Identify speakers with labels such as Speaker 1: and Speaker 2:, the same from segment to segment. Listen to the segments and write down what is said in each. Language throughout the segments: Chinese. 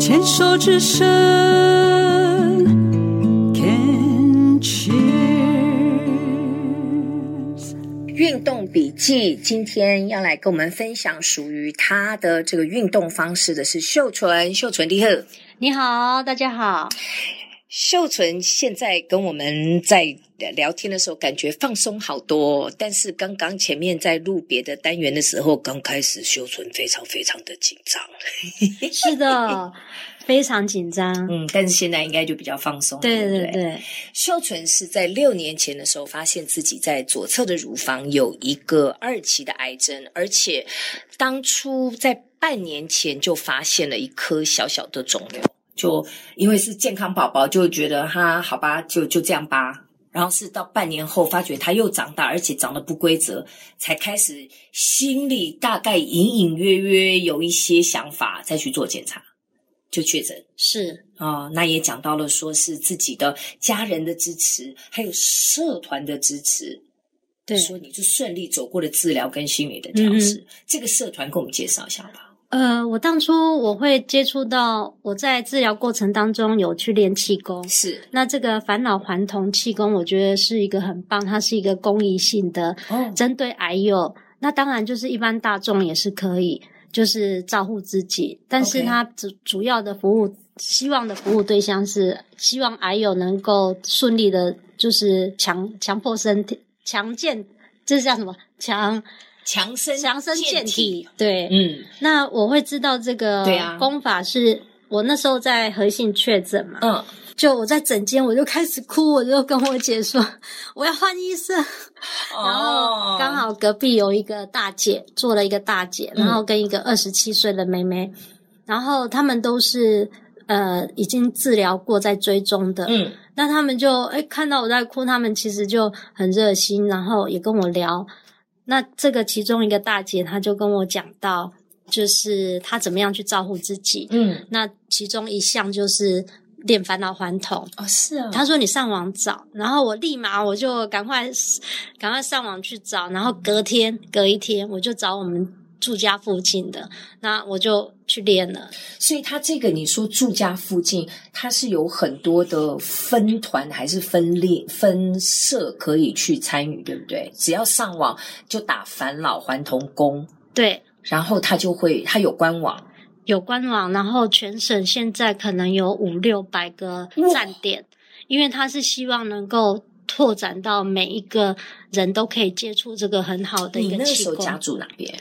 Speaker 1: 牵手之声，Can cheers。
Speaker 2: 运动笔记今天要来跟我们分享属于他的这个运动方式的是秀纯，秀纯你好，
Speaker 3: 你好，大家好。
Speaker 2: 秀纯现在跟我们在聊天的时候，感觉放松好多、哦。但是刚刚前面在录别的单元的时候，刚开始秀纯非常非常的紧张，
Speaker 3: 是的，非常紧张。
Speaker 2: 嗯，但是现在应该就比较放松。
Speaker 3: 对
Speaker 2: 对
Speaker 3: 对对，
Speaker 2: 秀纯是在六年前的时候，发现自己在左侧的乳房有一个二期的癌症，而且当初在半年前就发现了一颗小小的肿瘤。就因为是健康宝宝，就觉得他好吧，就就这样吧。然后是到半年后发觉他又长大，而且长得不规则，才开始心里大概隐隐约约有一些想法，再去做检查，就确诊。
Speaker 3: 是
Speaker 2: 啊、那也讲到了，说是自己的家人的支持，还有社团的支持，
Speaker 3: 对。
Speaker 2: 说你就顺利走过了治疗跟心理的调试。这个社团给我们介绍一下吧。
Speaker 3: 呃，我当初我会接触到，我在治疗过程当中有去练气功。
Speaker 2: 是
Speaker 3: 那这个返老还童气功，我觉得是一个很棒，它是一个公益性的，
Speaker 2: 哦，
Speaker 3: 针对癌友。那当然就是一般大众也是可以，就是照顾自己，但是
Speaker 2: OK
Speaker 3: 它主主要的服务，希望的服务对象是希望癌友能够顺利的，就是强强迫身体强健，这是叫什么强
Speaker 2: 强身
Speaker 3: 强身
Speaker 2: 健
Speaker 3: 健体？对，
Speaker 2: 嗯
Speaker 3: 那我会知道这个
Speaker 2: 对啊
Speaker 3: 功法是。我那时候在核心确诊嘛，
Speaker 2: 嗯，
Speaker 3: 就我在诊间我就开始哭，我就跟我姐说我要换医生，
Speaker 2: 哦
Speaker 3: 然后刚好隔壁有一个大姐做了一个大姐，
Speaker 2: 嗯
Speaker 3: 然后跟一个二十七岁的妹妹，然后他们都是呃已经治疗过在追踪的，
Speaker 2: 嗯
Speaker 3: 那他们就哎看到我在哭，他们其实就很热心，然后也跟我聊。那这个其中一个大姐，她就跟我讲到，就是她怎么样去照顾自己。
Speaker 2: 嗯
Speaker 3: 那其中一项就是练返老还童。
Speaker 2: 哦是啊，
Speaker 3: 她说你上网找，然后我立马我就赶快赶快上网去找，然后隔天隔一天我就找我们住家附近的，那我就去练了。
Speaker 2: 所以他这个你说住家附近，它是有很多的分团还是分裂分社可以去参与，对不对？只要上网就打返老还童宫，
Speaker 3: 对，
Speaker 2: 然后它就会它有官网，
Speaker 3: 有官网，然后全省现在可能有五六百个站点，因为他是希望能够拓展到每一个人都可以接触这个很好的一
Speaker 2: 你
Speaker 3: 个
Speaker 2: 那个
Speaker 3: 气
Speaker 2: 时候家
Speaker 3: 功。
Speaker 2: 住哪边？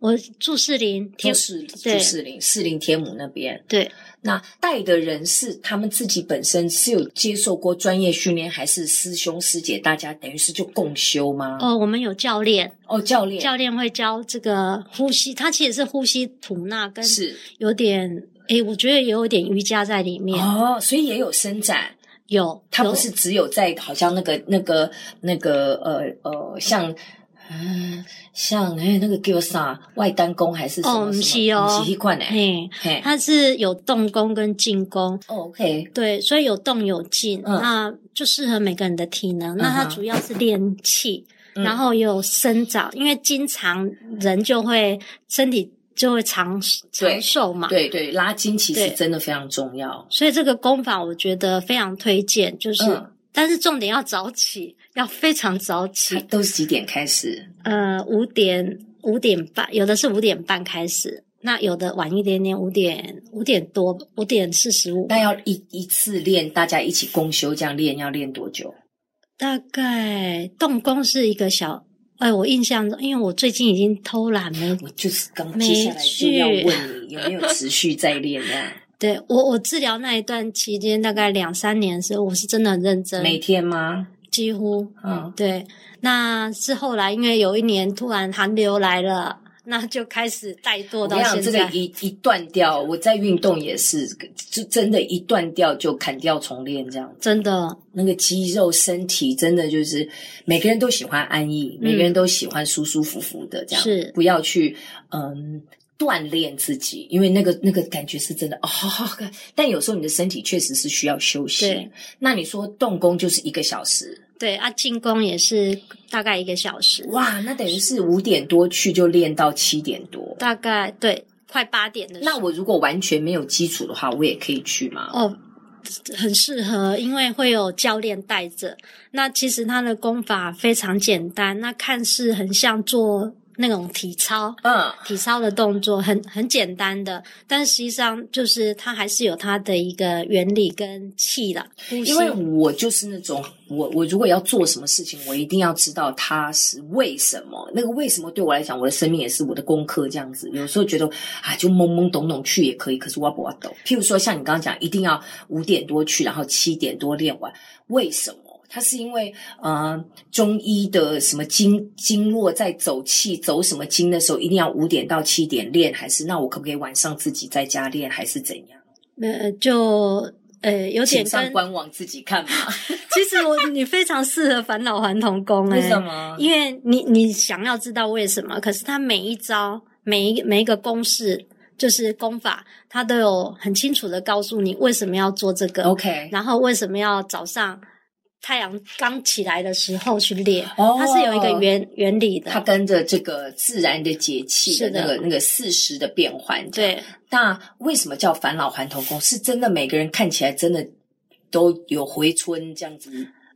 Speaker 3: 我住士林
Speaker 2: 就
Speaker 3: 天
Speaker 2: 是就
Speaker 3: 对
Speaker 2: 士林士林天母那边。
Speaker 3: 对，
Speaker 2: 那带的人是他们自己本身是有接受过专业训练，还是师兄师姐大家等于是就共修吗？
Speaker 3: 哦，我们有教练，
Speaker 2: 哦，教练
Speaker 3: 教练会教这个呼吸，他其实是呼吸吐纳跟
Speaker 2: 是
Speaker 3: 有点，诶，我觉得也有点瑜伽在里面，
Speaker 2: 哦，所以也有伸展。
Speaker 3: 有，
Speaker 2: 它
Speaker 3: 有
Speaker 2: 不是只有在好像那个那个那个呃呃，像嗯像哎、那个叫啥外丹功还是什么什
Speaker 3: 哦
Speaker 2: 么？
Speaker 3: 不是哦
Speaker 2: 不是那款哎，
Speaker 3: 嘿，
Speaker 2: 嘿，
Speaker 3: 他是有动功跟静功，
Speaker 2: 哦 OK，
Speaker 3: 对，所以有动有静，
Speaker 2: 嗯
Speaker 3: 那就适合每个人的体能。那它
Speaker 2: 嗯哼
Speaker 3: 主要是练气，
Speaker 2: 嗯
Speaker 3: 然后也有生长，因为经常人就会身体就会长
Speaker 2: 对
Speaker 3: 长寿嘛。
Speaker 2: 对对，拉筋其实
Speaker 3: 对
Speaker 2: 真的非常重要。
Speaker 3: 所以这个功法我觉得非常推荐，就是、
Speaker 2: 嗯
Speaker 3: 但是重点要早起，要非常早
Speaker 2: 它
Speaker 3: 起，
Speaker 2: 都是几点开始？
Speaker 3: 呃，五点五点半，有的是五点半开始。那有的晚一点点，五点五点多，五点四十五，
Speaker 2: 那要一一次练，大家一起共修这样练，要练多久？
Speaker 3: 大概动工是一个小，哎，我印象中，因为我最近已经偷懒没，
Speaker 2: 我就是刚接下来就要问你有没有持续在练这样，
Speaker 3: 对我我治疗那一段期间，大概两三年的时候，我是真的很认 真，
Speaker 2: 每天吗？
Speaker 3: 几乎
Speaker 2: 嗯，
Speaker 3: 对。那是后来，因为有一年突然寒流来了，那就开始怠惰
Speaker 2: 我跟
Speaker 3: 到
Speaker 2: 你讲，这
Speaker 3: 现
Speaker 2: 个
Speaker 3: 在。
Speaker 2: 一一断掉，我在运动也是，就真的，一断掉就砍掉重练这样。
Speaker 3: 真的，
Speaker 2: 那个肌肉、身体真的就是每个人都喜欢安逸，
Speaker 3: 嗯
Speaker 2: 每个人都喜欢舒舒服服的这样，
Speaker 3: 是
Speaker 2: 不要去嗯锻炼自己，因为那个那个感觉是真的哦。但有时候你的身体确实是需要休息
Speaker 3: 对。
Speaker 2: 那你说动工就是一个小时，
Speaker 3: 对啊，进攻也是大概一个小时，
Speaker 2: 哇，那等于是五点多去就练到七点多，
Speaker 3: 大概对。快八点的时
Speaker 2: 那
Speaker 3: 候。
Speaker 2: 我如果完全没有基础的话，我也可以去吗？
Speaker 3: 哦，很适合，因为会有教练带着。那其实它的功法非常简单，那看似很像做那种体操。
Speaker 2: 嗯，
Speaker 3: 体操的动作很很简单的，但实际上就是它还是有它的一个原理跟气啦。呼吸
Speaker 2: 因为我就是那种，我我如果要做什么事情，我一定要知道它是为什么。那个为什么对我来讲，我的生命也是我的功课这样子。有时候觉得啊，就懵懵懂懂去也可以，可是我不要懂。譬如说，像你刚刚讲，一定要五点多去，然后七点多练完，为什么？它是因为呃，中医的什么经经络在走气走什么经的时候，一定要五点到七点练，还是那我可不可以晚上自己在家练，还是怎样？
Speaker 3: 呃，就呃有点
Speaker 2: 请上
Speaker 3: 跟，
Speaker 2: 官网自己看嘛。
Speaker 3: 其实我你非常适合返老还童 功、欸，
Speaker 2: 为什么？
Speaker 3: 因为你你想要知道为什么，可是他每一招、每一每一个公式，就是功法，他都有很清楚的告诉你为什么要做这个
Speaker 2: OK，
Speaker 3: 然后为什么要早上太阳刚起来的时候去练，
Speaker 2: 哦
Speaker 3: 它是有一个原原理
Speaker 2: 它
Speaker 3: 的。
Speaker 2: 跟着这个自然的节气的
Speaker 3: 是的
Speaker 2: 那个那个四时的变换。，
Speaker 3: 对，
Speaker 2: 那为什么叫返老还童功？是真的每个人看起来真的都有回春这样子，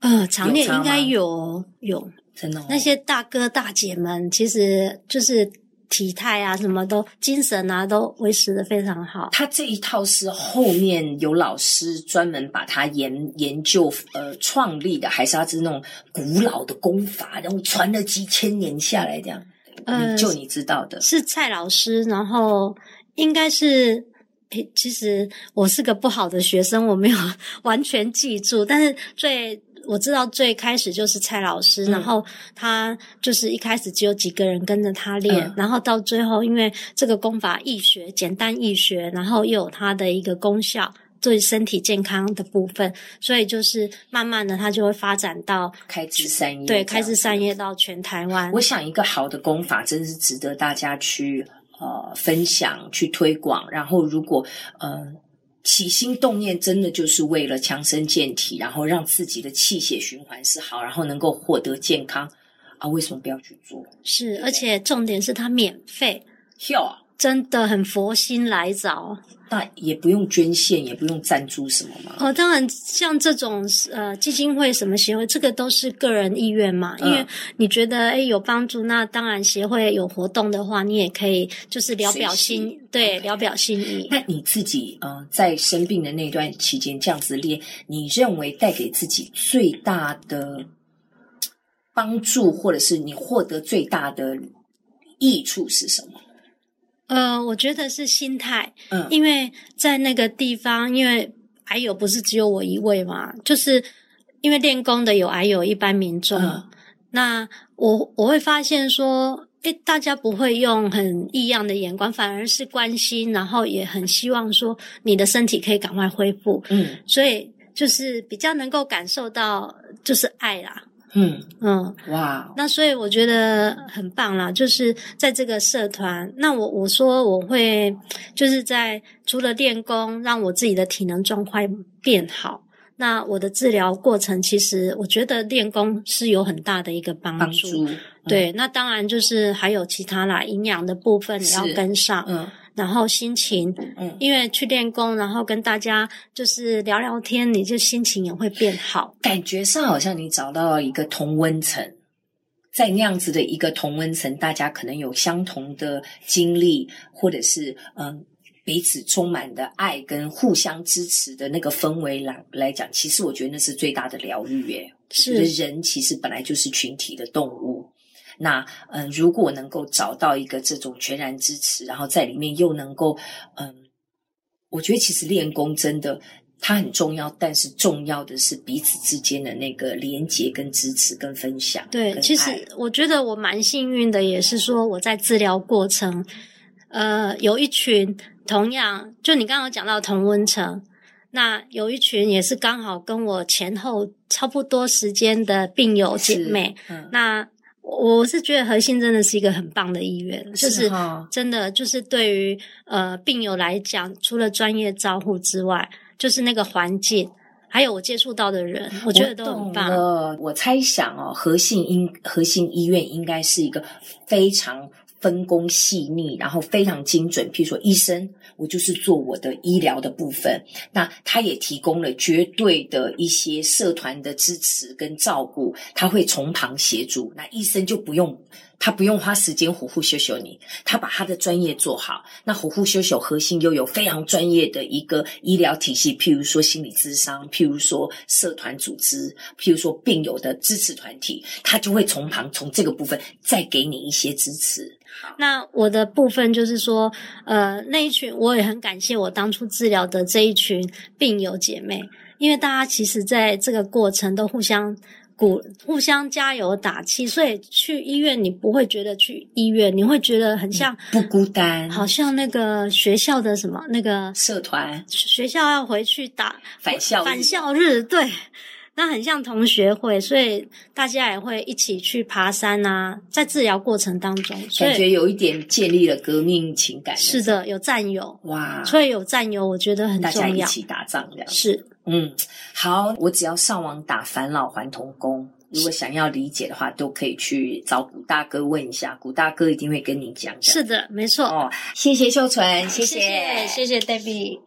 Speaker 3: 呃，常练
Speaker 2: 有差
Speaker 3: 应该
Speaker 2: 吗
Speaker 3: 有哦有
Speaker 2: 真的、哦、
Speaker 3: 那些大哥大姐们，其实就是体态啊，什么都精神啊，都维持的非常好。
Speaker 2: 他这一套是后面有老师专门把它研研究呃创立的，还是他是那种古老的功法，然后传了几千年下来这样？
Speaker 3: 呃
Speaker 2: 你就你知道的，
Speaker 3: 是蔡老师，然后应该是，诶其实我是个不好的学生，我没有完全记住，但是最我知道最开始就是蔡老师，
Speaker 2: 嗯
Speaker 3: 然后他就是一开始只有几个人跟着他练，
Speaker 2: 嗯
Speaker 3: 然后到最后因为这个功法易学，简单易学，然后又有它的一个功效。对身体健康的部分，所以就是慢慢的，它就会发展到
Speaker 2: 开枝散叶这样子，
Speaker 3: 对开枝散叶到全台湾。
Speaker 2: 我想一个好的功法真是值得大家去呃分享、去推广。然后，如果呃起心动念真的就是为了强身健体，然后让自己的气血循环是好，然后能够获得健康啊，为什么不要去做？
Speaker 3: 是，而且重点是它免费，
Speaker 2: 跳啊！
Speaker 3: 真的很佛心来着。
Speaker 2: 那也不用捐献，也不用赞助什么嘛。
Speaker 3: 哦，当然，像这种呃基金会什么协会，这个都是个人意愿嘛。因为
Speaker 2: 嗯
Speaker 3: 你觉得诶有帮助，那当然协会有活动的话，你也可以就是聊表
Speaker 2: 随
Speaker 3: 心
Speaker 2: 喜，
Speaker 3: 对
Speaker 2: OK
Speaker 3: 聊表心意。
Speaker 2: 那你自己呃，在生病的那段期间这样子练，你认为带给自己最大的帮助，或者是你获得最大的益处是什么？
Speaker 3: 呃，我觉得是心态，
Speaker 2: 嗯，
Speaker 3: 因为在那个地方，因为癌友不是只有我一位嘛，就是因为练功的有癌友，一般民众。
Speaker 2: 嗯
Speaker 3: 那我我会发现说，诶，大家不会用很异样的眼光，反而是关心，然后也很希望说你的身体可以赶快恢复，
Speaker 2: 嗯
Speaker 3: 所以就是比较能够感受到就是爱啦，
Speaker 2: 嗯，
Speaker 3: 嗯，
Speaker 2: 哇，
Speaker 3: 那所以我觉得很棒啦，就是在这个社团，那我我说我会就是在除了练功，让我自己的体能状况变好。那我的治疗过程，其实我觉得练功是有很大的一个帮
Speaker 2: 帮
Speaker 3: 助。
Speaker 2: 助，
Speaker 3: 对，那当然就是还有其他啦，营养的部分你要
Speaker 2: 是
Speaker 3: 跟上，
Speaker 2: 嗯
Speaker 3: 然后心情，
Speaker 2: 嗯。
Speaker 3: 因为去练功，然后跟大家就是聊聊天，你就心情也会变好。
Speaker 2: 感觉上好像你找到一个同温层，在那样子的一个同温层，大家可能有相同的经历，或者是嗯彼此充满的爱跟互相支持的那个氛围来来讲，其实我觉得那是最大的疗愈耶。
Speaker 3: 是
Speaker 2: 我觉得人其实本来就是群体的动物。那嗯、呃如果能够找到一个这种全然支持，然后在里面又能够嗯、我觉得其实练功真的它很重要，但是重要的是彼此之间的那个连接、跟支持、跟分享。
Speaker 3: 对，
Speaker 2: 跟
Speaker 3: 其
Speaker 2: 爱
Speaker 3: 实我觉得我蛮幸运的，也是说我在治疗过程，呃，有一群同样就你刚刚有讲到同温层，那有一群也是刚好跟我前后差不多时间的病友姐妹，，
Speaker 2: 是嗯，
Speaker 3: 那我我是觉得核心真的是一个很棒的意愿，就是是
Speaker 2: 哈
Speaker 3: 真的就是对于呃病友来讲，除了专业照护之外，就是那个环境，还有我接触到的人，我觉得都很棒。
Speaker 2: 我懂了我猜想哦，和信应和信医院应该是一个非常。分工细腻，然后非常精准。譬如说，医生，我就是做我的医疗的部分，那他也提供了绝对的一些社团的支持跟照顾，他会从旁协助。那医生就不用，他不用花时间呼呼秀秀你，他把他的专业做好。那虎虎修修核心又有非常专业的一个医疗体系，譬如说心理咨商，譬如说社团组织，譬如说病友的支持团体，他就会从旁从这个部分再给你一些支持。
Speaker 3: 那我的部分就是说，呃，那一群我也很感谢我当初治疗的这一群病友姐妹，因为大家其实在这个过程都互相鼓、互相加油打气，所以去医院你不会觉得去医院，你会觉得很像，
Speaker 2: 不孤单，
Speaker 3: 好像那个学校的什么那个
Speaker 2: 社团
Speaker 3: 学校要回去打
Speaker 2: 返校日
Speaker 3: 返校日，对，那很像同学会，所以大家也会一起去爬山啊，在治疗过程当中，所
Speaker 2: 感
Speaker 3: 以
Speaker 2: 觉有一点建立了革命情感。
Speaker 3: 是，的，有战友，
Speaker 2: 哇，
Speaker 3: 所以有战友我觉得很
Speaker 2: 啊大家一
Speaker 3: 重要，
Speaker 2: 起打仗这样。
Speaker 3: 是
Speaker 2: 嗯，好，我只要上网打“返老还童工”，如果想要理解的话，都可以去找古大哥问一下，古大哥一定会跟你讲。哦
Speaker 3: 是的，没错，
Speaker 2: 哦，谢谢秀纯，谢
Speaker 3: 谢谢谢 Debbie。